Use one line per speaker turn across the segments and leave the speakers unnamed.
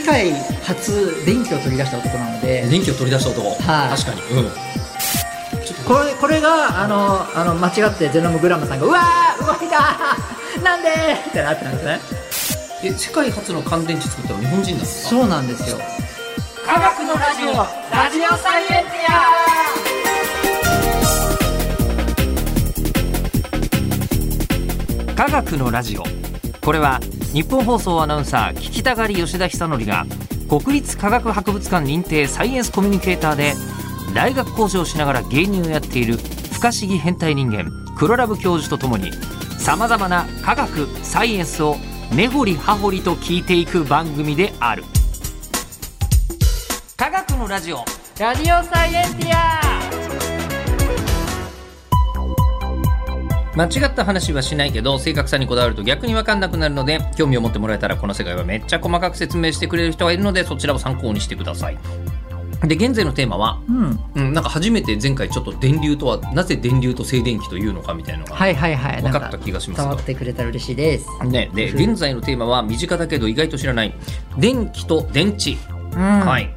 界初電気を取り出した男なので
電気を取り出した男、
はい
確かにうん
これこれがあのあの間違ってゼノムグラムさんが「うわー動いたなんで?」ってなってたんですね
え世界初の乾電池作ったの日本人なんですか
そうなんですよ
科学のラジオラジオサイエンティア科学のラジオこれは日本放送アナウンサー聞きたがり吉田久典が国立科学博物館認定サイエンスコミュニケーターで大学講師をしながら芸人をやっている不可思議変態人間黒ラブ教授とともにさまざまな科学サイエンスを根掘り葉掘りと聞いていく番組である。科学のラジオラジオサイエンティア
間違った話はしないけど正確さにこだわると逆に分かんなくなるので興味を持ってもらえたらこの世界はめっちゃ細かく説明してくれる人がいるのでそちらを参考にしてくださいで現在のテーマは、
うん
うん、なんか初めて前回ちょっと電流とはなぜ電流と静電気というのかみたいなのが
はいはいはい
分かった気がします
な
が
んか伝わってくれたら嬉しいです
ね、で現在のテーマは身近だけど意外と知らない電気と電池、は、
はい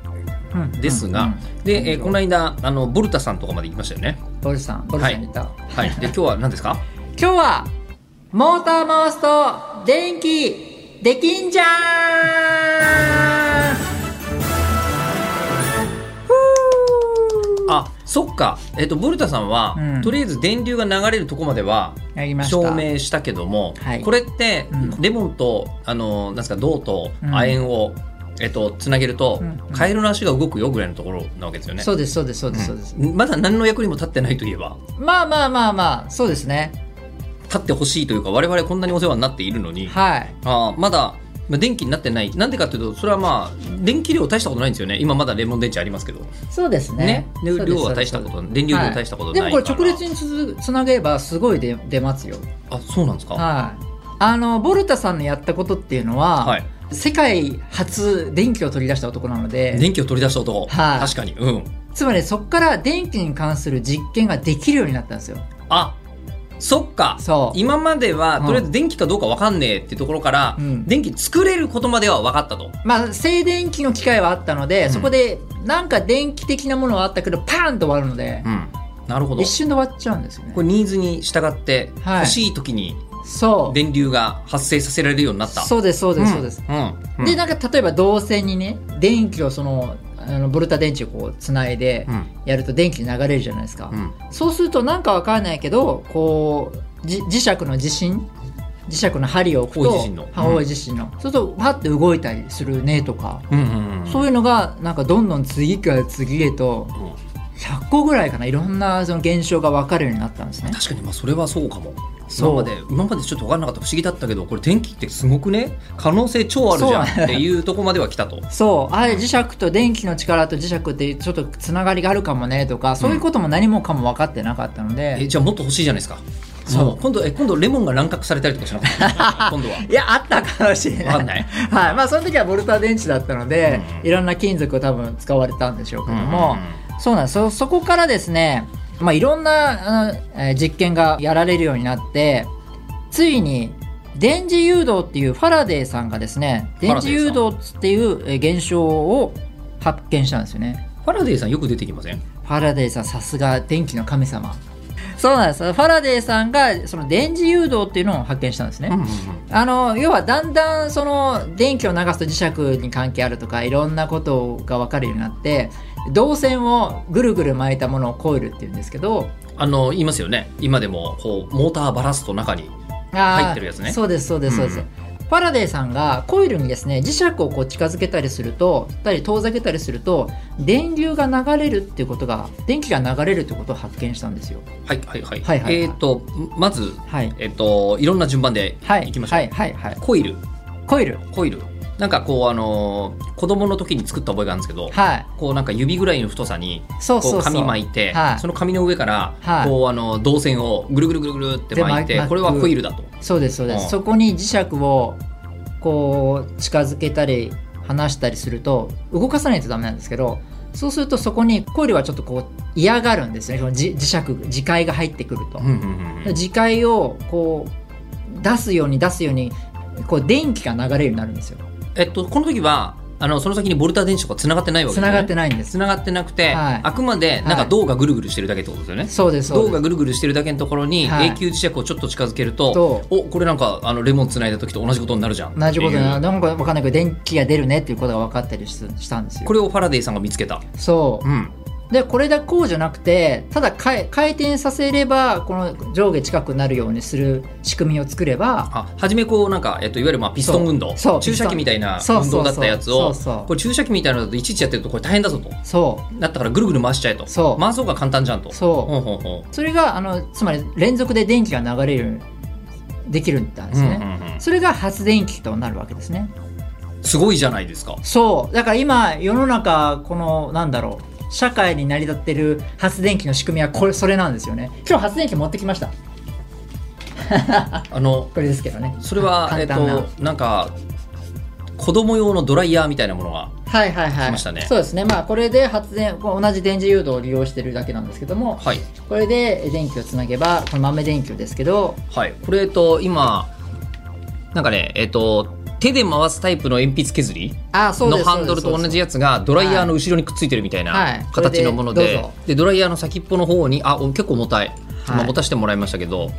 ですが、で、えーこの間あのボルタさんとかまで行きましたよね。
ボルさんボルさんに言った、
はい、で今日は何ですか
今日はモーター回すと電気できんじゃ
あそっか、えっとボルタさんは、
うん
とりあえず電流が流れるとこまでは
ーんやりました
証明したけども、
はい
これって、
うん
レモンとあのなんですか銅と
うん
亜鉛を、えっとつなげると、
うん
カエルの足が動くよぐらいのところなわけですよね。
そうですそうですそうですそうです、
まだ何の役にも立ってないといえば
まあまあまあまあそうですね
立ってほしいというか我々こんなにお世話になっているのに、
はい
あーまだまあ電気になってないなんでかっていうとそれはまあ電気量大したことないんですよね今まだレモン電池ありますけど
そうですね
ねで
そうです
量は大したこと
そうです
電流量は大したことない
はでもこ
か
れ
ら
直列につつなげばすごい出出ますよ
あそうなんですか
はいあのボルタさんのやったことっていうのは、
はい
世界初電気を取り出した男なので
電気を取り出した男
はい
確かにうん
つまりそこから電気に関する実験ができるようになったんですよ
あそっか
そう
今までは
うん
とりあえず電気かどうか分かんねえってところから、
うん
電気作れることまでは分かったと
まあ、静電気の機械はあったので、
ん
そこでなんか電気的なものはあったけどパーンと終わるので、
うんなるほど
一瞬で終わっちゃうんですよね
これニーズに従って
はい
欲しい時に
そう
電流が発生させられるようになった、
そうですそうですそうです、
うん、うん
でなんか例えば導線にね電気をそのあのボルタ電池をこうつないで
うん
やると電気流れるじゃないですか、
うん
そうするとなんかわかんないけどこうじ磁石の地震磁石の針を置くと
方位地震の
は方位地震の、そうするとパッて動いたりするねとか、
うんうんうん
そういうのがなんかどんどん次から次へと
うん
100個ぐらいかないろんなその現象が分かるようになったんですね
確かにまあそれはそうかも
そう
今まで今までちょっと分からなかった不思議だったけどこれ電気ってすごくね可能性超あるじゃん
そう
っていうとこまでは来たと
そうあれ磁石と電気の力と磁石ってちょっとつながりがあるかもねとかそういうことも何もかも分かってなかったの
え
で、
じゃあもっと欲しいじゃないですか
そう
も今度え今度レモンが乱獲されたりとかしなか った今度はい
やあったかもしれない
わかんない
はい まあその時はボルタ電池だったので、
うん
いろんな金属を多分使われたんでしょうけども、
うんうん
そうなんですそそこからですね、まあ、いろんなあのえー実験がやられるようになってついに電磁誘導っていうファラデーさんがですね
フ
電
ァラデ
磁
ー
誘
さん
導っていうえー現象を発見したんですよね
ファラデーさんよく出てきません
ファラデーさんさすが電気の神様そうなんですファラデーさんがその電磁誘導っていうのを発見したんですね、あの要はだんだんその電気を流すと磁石に関係あるとかいろんなことが分かるようになって導線をぐるぐる巻いたものをコイルっていうんですけど
あの言いますよね今でもこうモーターバラストの中に
あー
入ってるやつね
そうですそうですそうです、
うん
ファラデーさんがコイルにですね磁石をこう近づけたりするとたり遠ざけたりすると電流が流れるっていうことが電気が流れるってことを発見したんですよ
はいはいはい
はいはいはい
えっ、とまず
はい
えっ、といろんな順番で
はい
いきましょう、
はいはいはい
コイル
コイル
コイルなんかこうあのー子供の時に作った覚えがあるんですけど、
はい
こうなんか指ぐらいの太さに
そう
こ
そううそう
紙巻いて
はい
その紙の上から
はい
こうあの導線をぐるぐるぐるぐるって巻い
で
て
巻く
これはコイルだと
そうですそうです、
うん
そこに磁石をこう近づけたり離したりすると動かさないとダメなんですけどそうするとそこにコイルはちょっとこう嫌がるんですねその磁磁石磁界が入ってくると、磁界をこう出すように出すようにこう電気が流れるようになるんですよ
えっとこの時はあのその先にボルタ電子とか繋がってないわけ
繋がって
ない
ないんです
繋がってなくて、
はい
あくまでなんか
はい
銅がぐるぐるしてるだけってことですよね、
そうですそう
銅
で
が
す
ぐるぐるしてるだけのところに
はい
永久磁石をちょっと近づけると、
と
おこれなんかあのレモン繋いだ時と同じことになるじゃん
同じこと
ってい
な
う
なんかわかんないけど電気が出るねっていうことが分かったりししたんですよ
これをファラデーさんが見つけた
そう
うん
でこれだこうじゃなくてただかえ回転させればこの上下近くなるようにする仕組みを作れば
あ初めこうなんか、えっと、いわゆるまあピストン運動
そう
注射器みたいな
そう
運動だったやつ
そ
を
うそうそう
これ注射器みたいなのだといちいちやってるとこれ大変だぞと
そ
だったからぐるぐる回しちゃえと
うそう、
回そうが簡単じゃんと
そ
ほうほうほ
うそれがあのつまり連続で電気が流れるようにできるんだん
う
ですね、
うんうんうん
それが発電機となるわけですね
すごいじゃないですか
そうだから今世の中このなんだろう社会に成り立ってる発電機の仕組みはこれそれなんですよね今日発電機持ってきました
あの
これですけどね
それはえ
簡単
っ
な
となんか子供用のドライヤーみたいなものが
はいはいはい。
来ましたね
そうですね。まあこれで発電、こう同じ電磁誘導を利用してるだけなんですけども、
はい
これで電気をつなげば、この豆電球ですけど、
はい、これえっと今なんかねえっと手で回すタイプの鉛筆削り
あ、そうで
の
す。
ハンドルと同じやつがドライヤーの後ろにくっついてるみたい
はい
な形のもので,、
はいそれでどうぞ
でドライヤーの先っぽの方にあお結構重たい、今
はい
持たせてもらいましたけど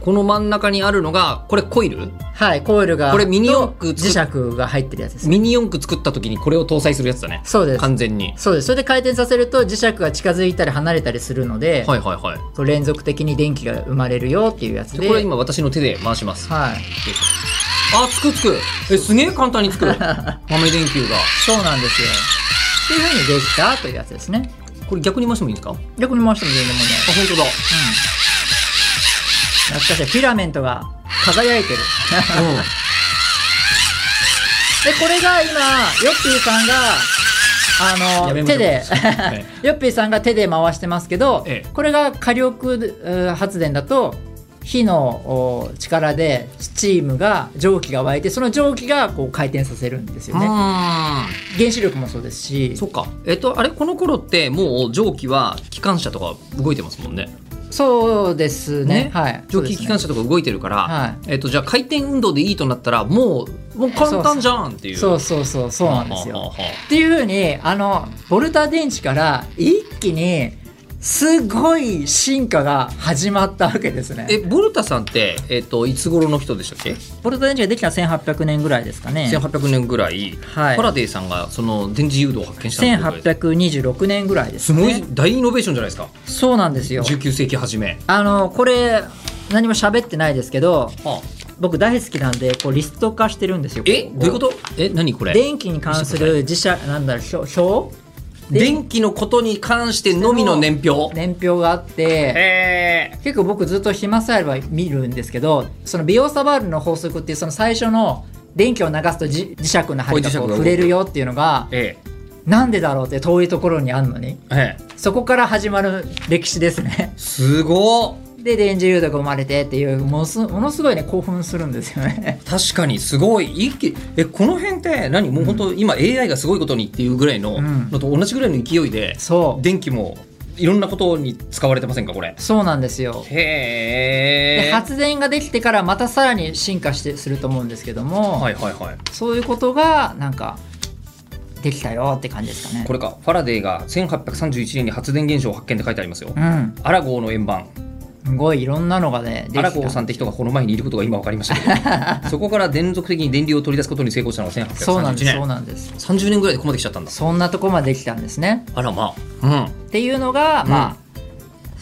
この真ん中にあるのがこれコイル
はい、コイルが、
これミニ四駆
と磁石が入ってるやつです。
ミニ四駆作った時にこれを搭載するやつだね
そうです。
完全に
そうです。それで回転させると磁石が近づいたり離れたりするので、
はいはいはい
こう連続的に電気が生まれるよっていうやつ
で
で。
これ今私の手で回します
はい。
あつくつくえすげえ簡単に つく豆電球が
そうなんですよ。っていうふうにできたというやつですね。
これ逆に回してもいいんですかあ本
逆に回しても全然問題ない。
当だ
うん懐かしいフィラメントが輝いてるでこれが今ヨッピーさんがあ
やめ
の
まし
手
ょう
で
はい
ヨッピーさんが手で回してますけど、
ええ
これが火力う発電だと火のお力でスチームが蒸気が湧いてその蒸気がこう回転させるんですよ ね
う
原子力もそうですし
んそっかえっとあれこの頃ってもう蒸気は機関車とか動いてますもんね
そうですね
ね
はい
蒸気機関
車
車とか動いてるから、
は
えっとじゃあ回転運動でいいとなったらもうもう簡単じゃんっていう
そう
そ
そうそうそうなんですよ
はあはあはあ
っていうふうにあのボルタ電池から一気にすごい進化が始まったわけですね
えボルタさんって、えっといつ頃の人でしたっけ、
ボルタ電池ができたのは1800年ぐらいですかね
1800年ぐらい、
はい
ファラデーさんがその電磁誘導を発見したのってことで
1826年ぐらいですす
ごい
ね
大イノベーションじゃないですか
そうなんですよ
19世紀初め、
あのこれ何も喋ってないですけど
はあ、
僕大好きなんでこうリスト化してるんですよ
えどういうことえ何これ
電気に関する自社なんだろう表表
電気のことに関してのみの年表
年表があって
え
結構僕ずっと暇さえあれば見るんですけどそのビオサバールの法則っていうその最初の電気を流すとじ磁石の針がこ
こういう磁石が動
う
く
触れるよっていうのが
ー、え
なんでだろうって遠いところにあるのに
えええ
そこから始まる歴史ですね
すごっ
で電磁誘導が生まれてっていうものすものすごいね興奮するんですよね
確かにすごい一気えこの辺って何もう本当、今 AI がすごいことにっていうぐらいの、
うん
のと同じぐらいの勢いで
そ
電気もいろんなことに使われてませんかこれ
うそうなんですよ
へ
で
え
発電ができてからまたさらに進化してすると思うんですけども、
はいはいはい
そういうことがなんかできたよって感じですかね
これかファラデーが1831年に発電現象を発見って書いてありますよ、
うん
アラゴーの円盤
すごいいろんなのがねできた
アラゴーさんって人がこの前にいることが今分かりました けどそこから連続的に電流を取り出すことに成功したのが1831年
そうなんですそうなんです
30年ぐらいでここまで来ちゃったんだ
そんなとこまで来たんですね
あらまあ
っていうのが、
うん
まあ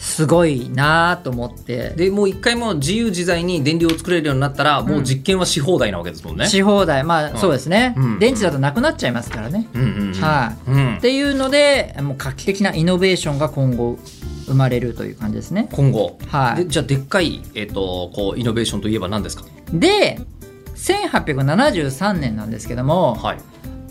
すごいなと思っ
うん
て
でもう一回も自由自在に電流を作れるようになったらもう実験はし放題なわけですもんね、
し放題まあ、
うん
そうですね、
うん
電池だとなくなっちゃいますからね、
うんうんうん
は
うん
っていうのでもう画期的なイノベーションが今後生まれるという感じですね
今後、
はい
でじゃあでっかい、えっとこうイノベーションといえば何ですか
で1873年なんですけども、
はい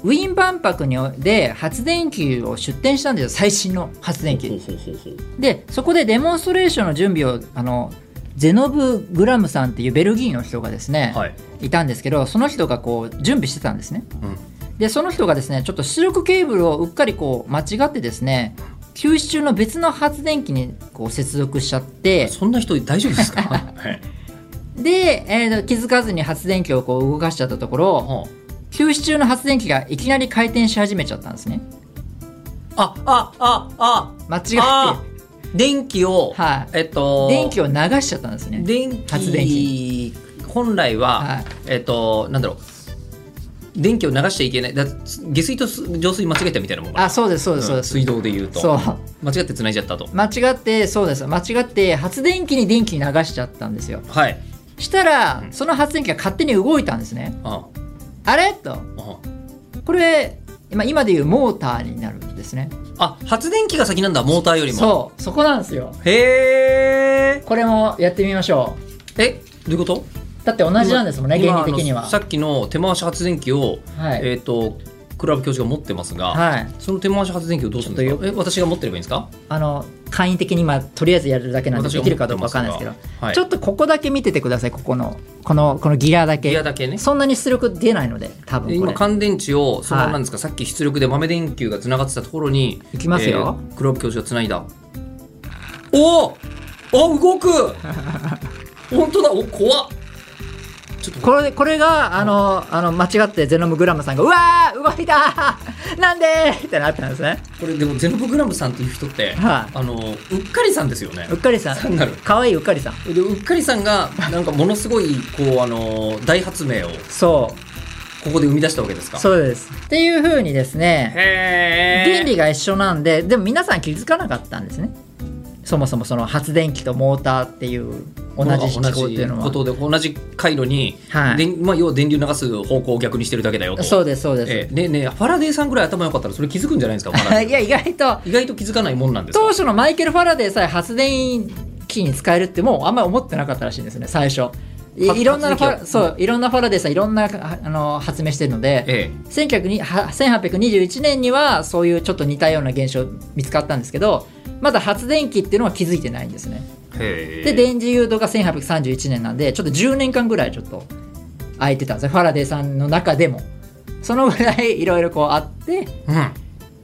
ウィーン万博におで発電機を出展したんですよ最新の発電機
ほうほうほうほう
でそこでデモンストレーションの準備をあのゼノブ・グラムさんっていうベルギーの人がですね、
はい、
い、たんですけどその人がこう準備してたんですね
うん
でその人がですねちょっと出力ケーブルをうっかりこう間違ってですね休止中の別の発電機にこう接続しちゃって
そんな人大丈夫ですか、はい
で、えーと気づかずに発電機をこう動かしちゃったところ
は
休止中の発電機がいきなり回転し始めちゃったんですね
ああああ
間違って
あ電気を、
はい
えっと
電気
を
を流しちゃったんですね
電気
発電
本来は、
はい
えっとなんだろう電気を流しちゃいけないだ下水とす上水間違えたみたいなもんかな
あそうですそうですそううんです、
水道で言うと
そう
間違って繋いじゃったと
間違ってそうです間違って発電機に電気流しちゃったんですよ
はい
したら
うん
その発電機が勝手に動いたんですね
あ
あれと
あ
これ、まあ、今でいうモーターになるんですね
あ発電機が先なんだモーターよりも
そうそこなんですよ
へえ
これもやってみましょ
えどういうこと
うだって同じなんですもんね
今
原理的に
あ
は
のさっきの手回し発電機を、
はい
えっ、とクラブ教授が持ってますが、
はい
その手回し発電機をどうするんですかえ私が持ってればいいんですか
あの簡易的に今とりあえずやるだけなんで
私
で
が
きるかどうかわかんないですけど
持ってますがはい
ちょっとここだけ見ててくださいここのこのこのギアだけ
ギアだけね
そんなに出力出ないので多
で
分こ
今
れ
乾電池をその
はい
なんですか、さっき出力で豆電球がつながってたところに
いきますよ
えー、クラブ教授がつないだおーお 動く本当だお怖っちょっと
これこれがあのあの間違ってゼノムグラムさんが「うわー動いたーなんでー!」ってなったんですね
これでもゼノブグラムさんっていう人って、
はい
あのうっかりさんですよね
うっかりさ
単なる
んかわいいうっかりさん
でうっかりさ んがなんかものすごいこうあの大発明を
そ
ここで生み出したわけですか
うそうですっていうふうにですね
へー
原理が一緒なんででも皆さん気づかなかったんですねそもそもその発電機とモーターっていう同じ機構っていうの
同じこ
は
とで同じ回路に、
はい
でまあ、要は電流流す方向を逆にしてるだけだよと
そううですそうです、
ええねえねえファラデーさんぐらい頭良かったらそれ気づくんじゃないですかファラデー
いや意外と
意外と気づかないもんなんですか
当初のマイケル・ファラデーさえ発電機に使えるってもうあんまり思ってなかったらしいんですね最初
は
いういろんなフ
発電
ァ
機を
ラそういろんなファラデーさんいろんなああの発明してるので
え
1900には1821年にはそういうちょっと似たような現象見つかったんですけどまだ発電機っていうのは気づいてないんですね
えへえ
で電磁誘導が1831年なんでちょっと10年間ぐらいちょっと空いてたんですねファラデーさんの中でもそのぐらいい ろいろこうあって
うんうん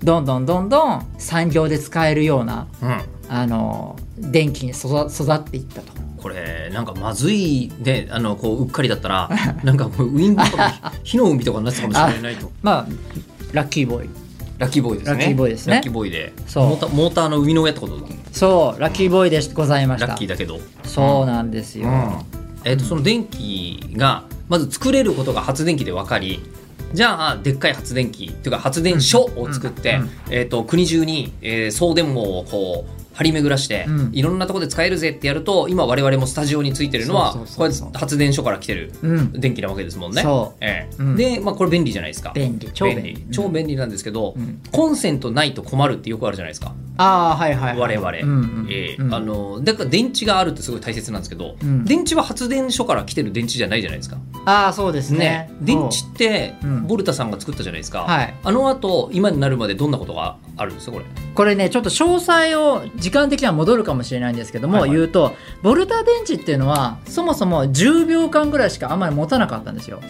どんどんどんどん産業で使えるようなあの電気に育育っていったと
これなんかまずいねあのこううっかりだった らなんかもうウィンドウとか火の海とかになってたかもしれないと
まあラッキーボーイ
ラッキーボーイですね
ラッキーボーイですね
ラッキーボーイで
そう
モーターモーターの生みの親ってこと
そうラッキーボーイでございました
ラッキーだけど
そうなんですよ、
えー、とその電気がまず作れることが発電機で分かりじゃあでっかい発電機っていうか発電所を作って、
うんうん
えー、と国中に、えー送電網をこう張り巡らして、
うん
いろんなところで使えるぜってやると今我々もスタジオについてるのは
そうそうそうそう
これ発電所から来てる
うん
電気なわけですもんね。
そう
ええ
うん
で、まあ、これ便利じゃないですか。
便利超便利うん
超便利なんですけど、
うん
コンセントないと困るってよくあるじゃないですか。
ああはいはい、は
我
い、
々、え
うんうん
え
うん
あのだから電池があるってすごい大切なんですけど、
うん
電池は発電所から来てる電池じゃないじゃないですか、
ああそうですね
電池
そう
って
うん
ボルタさんが作ったじゃないですか、
はい
あのあと今になるまでどんなことがあるんですかこれ
これねちょっと詳細を時間的には戻るかもしれないんですけども、
はいはい
言うとボルタ電池っていうのはそもそも10秒間ぐらいしかあんまり持たなかったんですよ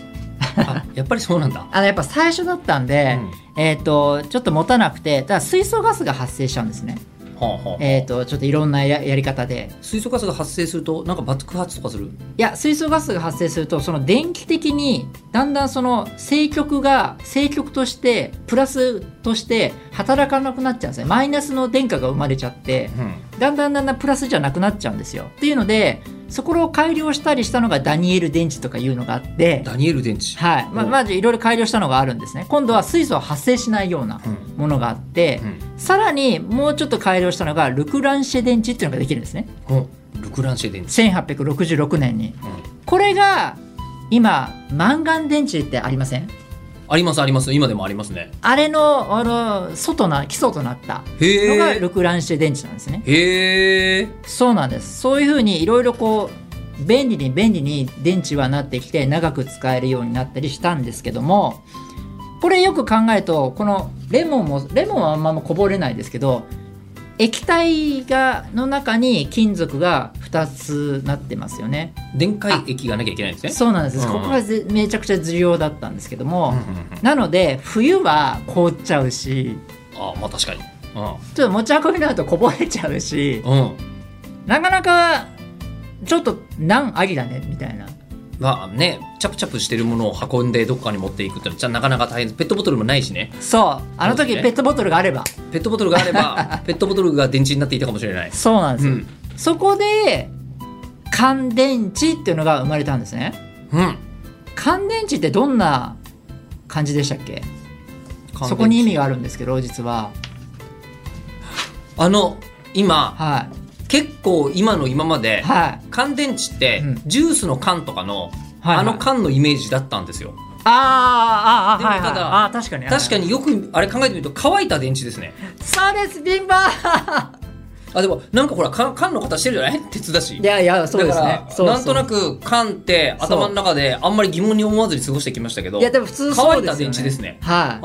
あやっぱりそうなんだ
あのやっぱ最初だったんで、えっ、とちょっと持たなくてだから水素ガスが発生しちゃうんですね
はあはあ
えー、とちょっといろんなややり方で
水素ガスが発生するとなんか爆発とかする
いや水素ガスが発生するとその電気的にだんだんその正極が正極としてプラスとして働かなくなっちゃうんですねマイナスの電荷が生まれちゃってだんだんだんだんプラスじゃなくなっちゃうんですよっていうのでそこを改良したりしたのがダニエル電池とかいうのがあって
ダニエル電池、
はいまあ
うん
まずいろいろ改良したのがあるんですね今度は水素は発生しないような
うん
ものがあってさらにもうちょっと改良したのがルクランシェ電池っていうのができるんですね
うんうんルクランシェ電池、
1866年に
うん
これが今マンガン電池ってありません
ありますあります今でもありますね
あれのあの素とな基礎となったのが
へえ
ルクランシェ電池なんですね、
へえ
そうなんですそういうふうにいろいろこう便利に便利に電池はなってきて長く使えるようになったりしたんですけどもこれよく考えるとこのレモンもレモンはあんまこぼれないですけど液体がの中に金属が2つなってますよね
電解液がなきゃいけないんですね
そうなんです、
うん
ここがぜめちゃくちゃ重要だったんですけども、
うんうんうん
なので冬は凍っちゃうし
あまあ確かに
ちょっと持ち運びになるとこぼれちゃうし
うん、うん、
なかなかちょっと難ありだねみたいな
はねチャプチャプしてるものを運んでどっかに持っていくってのはじゃあなかなか大変ですペットボトルもないしね
そうあの時
そうですね
ペットボトルがあれば
ペットボトルがあれ ばペットボトルが電池になっていたかもしれない
そうなんです
う
よ、
ん
そこで乾電池っていうのが生まれたんですね
うん
乾電池ってどんな感じでしたっけそこに意味があるんですけど実は
あの今
は
結構今の今まで、
いはい
乾電池って、
うん
ジュースの缶とか
は
の、
いはい
あの缶のイメージだったんですよ
あーあーあー
でも
はいはい
ただ
あー確かに
確か
に
によくあれ考えてみると乾いた電池ですね
そうですビンバー
あでもなんかほら缶缶の形してるじゃない鉄だし
いやいやそうですねそうそう
なんとなく缶って
そう
頭の中であんまり疑問に思わずに過ごしてきましたけど
いやでも普通そうですよ、ね、
乾いた電池ですね
はい、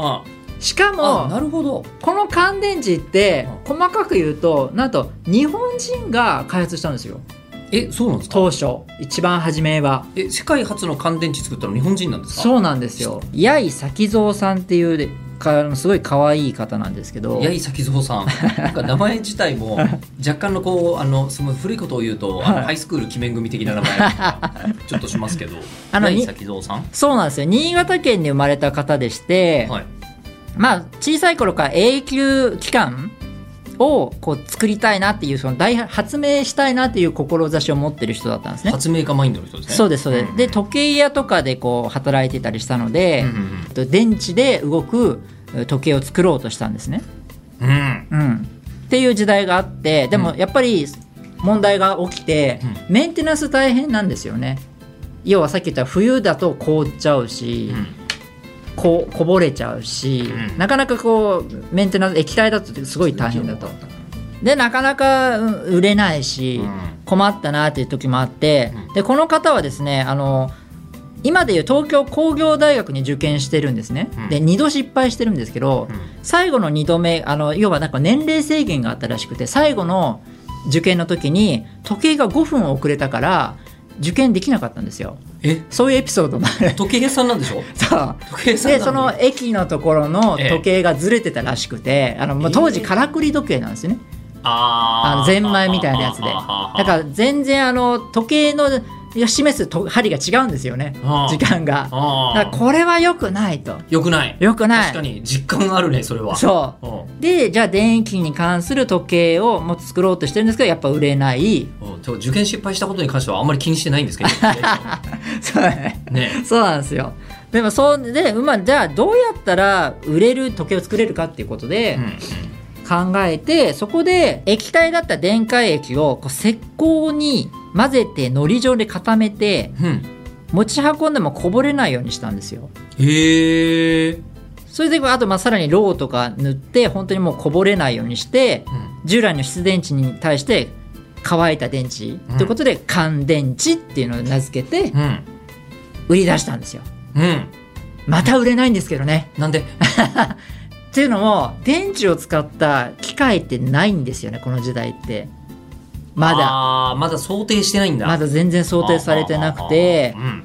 あ
しか
あ
も
なるほど
この乾電池って
う
細かく言うとなんと日本人が開発したんですよ
えそうなんですか
当初一番初めは
え世界初の乾電池作ったの日本人なんですか
そうなんですよ八重咲蔵さんっていうでかあのすごい可愛い方なんですけど
八重咲蔵さんなんか名前自体も若干のこうあのすごい古いことを言うとあの
はい
ハイスクール鬼面組的な名前 がちょっとしますけど
あの
八重咲蔵さん
そうなんですよ新潟県に生まれた方でして、
はい
まあ小さい頃から永久期間をこう作りたいなっていうその大発明したいなっていう志を持ってる人だったんですね。
発明家マインドの人ですね
そうですそうです、
ん
で時計屋とかでこう働いてたりしたので
う、ん
えっと電池で動くえ時計を作ろうとしたんですね。
うんうんうん
うん、っていう時代があってでもやっぱり問題が起きて、メンテナンス大変なんですよね。要はさっき言った冬だと凍っちゃうし、
うん
ここぼれちゃうし、
うん
なかなかこうメンテナンス液体だとすごい大変だと。でなかなかうん売れないし、
うん
困ったなっていう時もあって、
うん
でこの方はですねあの今でいう東京工業大学に受験してるんですね、
うん
で2度失敗してるんですけど、
うん
最後の2度目あの要はなんか年齢制限があったらしくて最後の受験の時に時計が5分遅れたから受験できなかったんですよ
え
そういうエピソードも ある
時計屋さんなんでしょ
そう
時計屋さん
で
な
その駅のところの
ええ
時計がずれてたらしくて、あのもう当時
ええ
からくり時計なんですよね、あ
あ
の
ー
ゼンマイみたいなやつで
あーあーあー
だから全然あの時計の示すと針が違うんですよね
あー
時間がだ
あ
からこれは良くないと
よくない
良くない
確かに実感あるねそれは
そう
うん
でじゃあ電気に関する時計をもう作ろうとしてるんですけどやっぱ売れない
うんてか受験失敗したことに関してはあんまり気にしてないんですけど
そう,、 ね、
ね
そうなんですよでもそうで、まあ、じゃあどうやったら売れる時計を作れるかっていうことで
うん
考えて、そこで液体だった電解液をこう石膏に混ぜてのり状で固めて
うん
持ち運んでもこぼれないようにしたんですよ
へえ
それであとまあさらにロウとか塗って本当にもうこぼれないようにして従来の湿電池に対して乾いた電池
うん
ということで乾電池っていうのを名付けて
うんうん
売り出したんですよ
うん
また売れないんですけどね
なんで
っていうのも電池を使った機械ってないんですよねこの時代ってまだ
だまだ想定してないんだ
まだ全然想定されてなくて
あーあーあー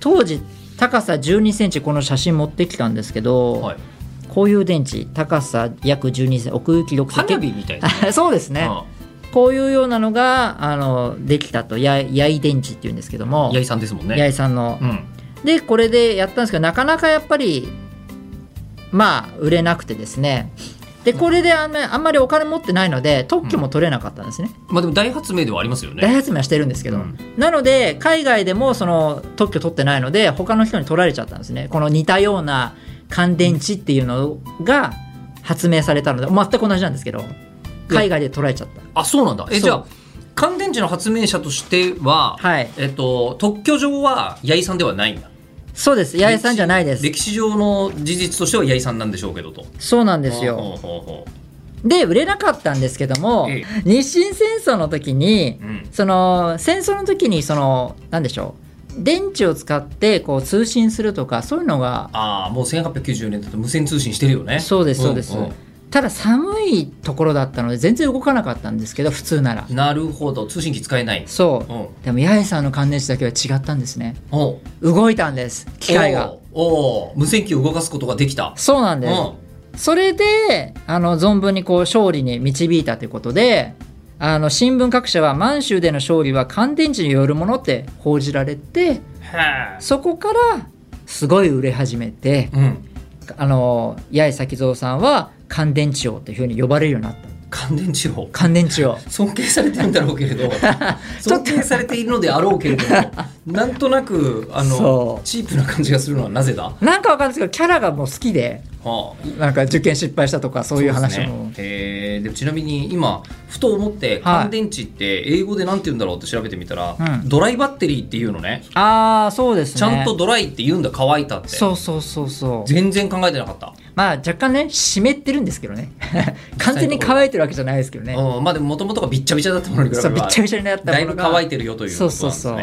当時高さ1 2センチこの写真持ってきたんですけ
うん
ど、
はい
こういう電池高さ約1 2センチ奥行き6センチ
花火みたいな
そうですねこういうようなのがあのできたとややい電池っていうんですけど
うん
も
八重さんですもん
八
ね
重さんの
う。ん
でこれでやったんですけどなかなかやっぱりまあ売れなくてですねでこれであんまあんまりお金持ってないので特許も取れなかったんですね、
まあでも大発明ではありますよ
大
ね
発明はしてるんですけど、
うん
なので海外でもその特許取ってないので他の人に取られちゃったんですねこの似たような乾電池っていうのが発明されたので全く同じなんですけど海外で取られちゃった
あそうなんだえ
そう
じゃあ乾電池の発明者としては
はい
えっと特許上は八重さんではないんだ
そうです八重さんじゃないです
歴史上の事実としては八重さんなんでしょうけどと
そうなんですよ
ほうほうほう
で売れなかったんですけども、
え
日清戦争の時に、
うん
その戦争の時にその何でしょう電池を使ってこう通信するとかそういうのが
ああもう1890年だと無線通信してるよね
そうですそうです、
ん
ただ寒いところだったので全然動かなかったんですけど普通なら
うんなるほど通信機使えない
そう、
うん
でも八重さんの乾電池だけは違ったんですね
おう
動いたんです機械が
おうおう無線機を動かすことができた
そうなん
う
です、
ん
それであの存分にこう勝利に導いたということであの新聞各社は満州での勝利は乾電池によるものって報じられて
へ
そこからすごい売れ始めて、
え。うん。
あの八重崎蔵さんは乾電池王というふうに呼ばれるようになった
乾電池を。
乾電池王
尊敬されてるんだろうけ れ
ちょ
ど
っ
尊
と
敬されているのであろうけれど もなんとなくあの
そう
チープな感じがするのはなぜだ、は
なんかわかんないですけどキャラがもう好きで
あ、
なんか受験失敗したとかそういう話
そ
も
ですねえーでちなみに今ふと思って
はい
乾電池って英語でなんて言うんだろうって調べてみたら、
うん
ドライバッテリーっていうのね
ああそうですね
ちゃんとドライって言うんだ乾いたって
そうそうそうそう
全然考えてなかった、
まあ若干ね湿ってるんですけどね 完全に乾いてるわけじゃないですけどね
うん、まあでももともとがびっちゃびちゃだったものに比べ
そ
れ
うびっ
ば
ちゃびちゃになったものが
だいぶ乾いてるよということなんです
そ
ね
うそう
う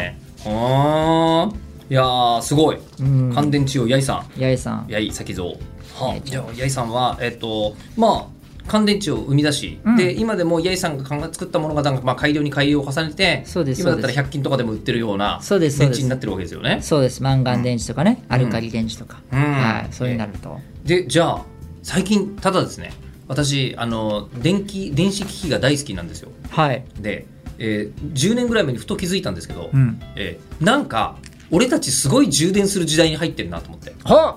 ーんいやーすごい
うん
乾電池を八重さん
八重さん
八重崎蔵は
八重
じゃあ八重さんはえっとまあ乾電池を生み出し、
うん
で今でも八重さんが考え作ったものがなんか、まあ、改良に改良を重ねて
そうです
今だったら
そ
100均とかでも売ってるような
そう
電
ですそうです
池になってるわけですよね。
そうですマンガン電池とかね、アルカリ電池とか、
うん
はいそういうのになると、
でじゃあ最近ただですね私あの電気電子機器が大好きなんですよ。
はい、
で、えー10年ぐらい前にふと気づいたんですけど、
うん、
えーなんか俺たちすごい充電する時代に入ってるなと思って。
ほっ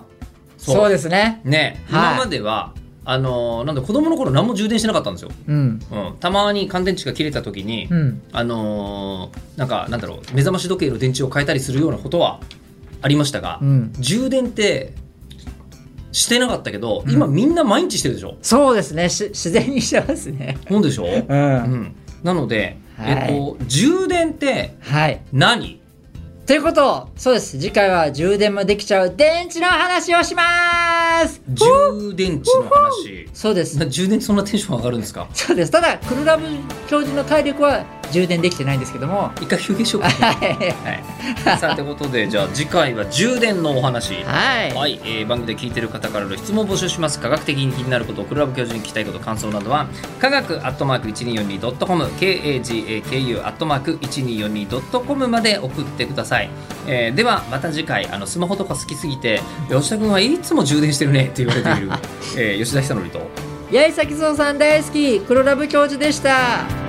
そう
そうですね
ね、
はい
今まではあのなんだ子供の頃何も充電してなかったんですよ。
うん
うん、たまに乾電池が切れた時に、
うん
あのーなんかなんだろう目覚まし時計の電池を変えたりするようなことはありましたが、
うん
充電ってしてなかったけど、今みんな毎日してるでしょ
そうですねし自然にしてますね
ほんでしょ、
う
うんん、なので、
はい
えっと、充電って
はい
何
ということをそうです次回は充電もできちゃう電池の話をします
充電池の話
そうです
な充電ってそんなテンション上がるんですか
そうですただクルラブ教授の体力は充電できてないんですけども
一回休憩しようか、
はい
はい、さあということでじゃあ次回は充電のお話
はい、
はい、えー番組で聞いてる方からの質問を募集します科学的に気になることクラブ教授に聞きたいこと感想などは科学アットマーク 1242.com kagaku アットマーク 1242.com まで送ってください、えーではまた次回あのスマホとか好きすぎて吉田君はいつも充電してるねって言わ れている、えー吉田久典と
八重崎蔵さん大好き黒ラブ教授でした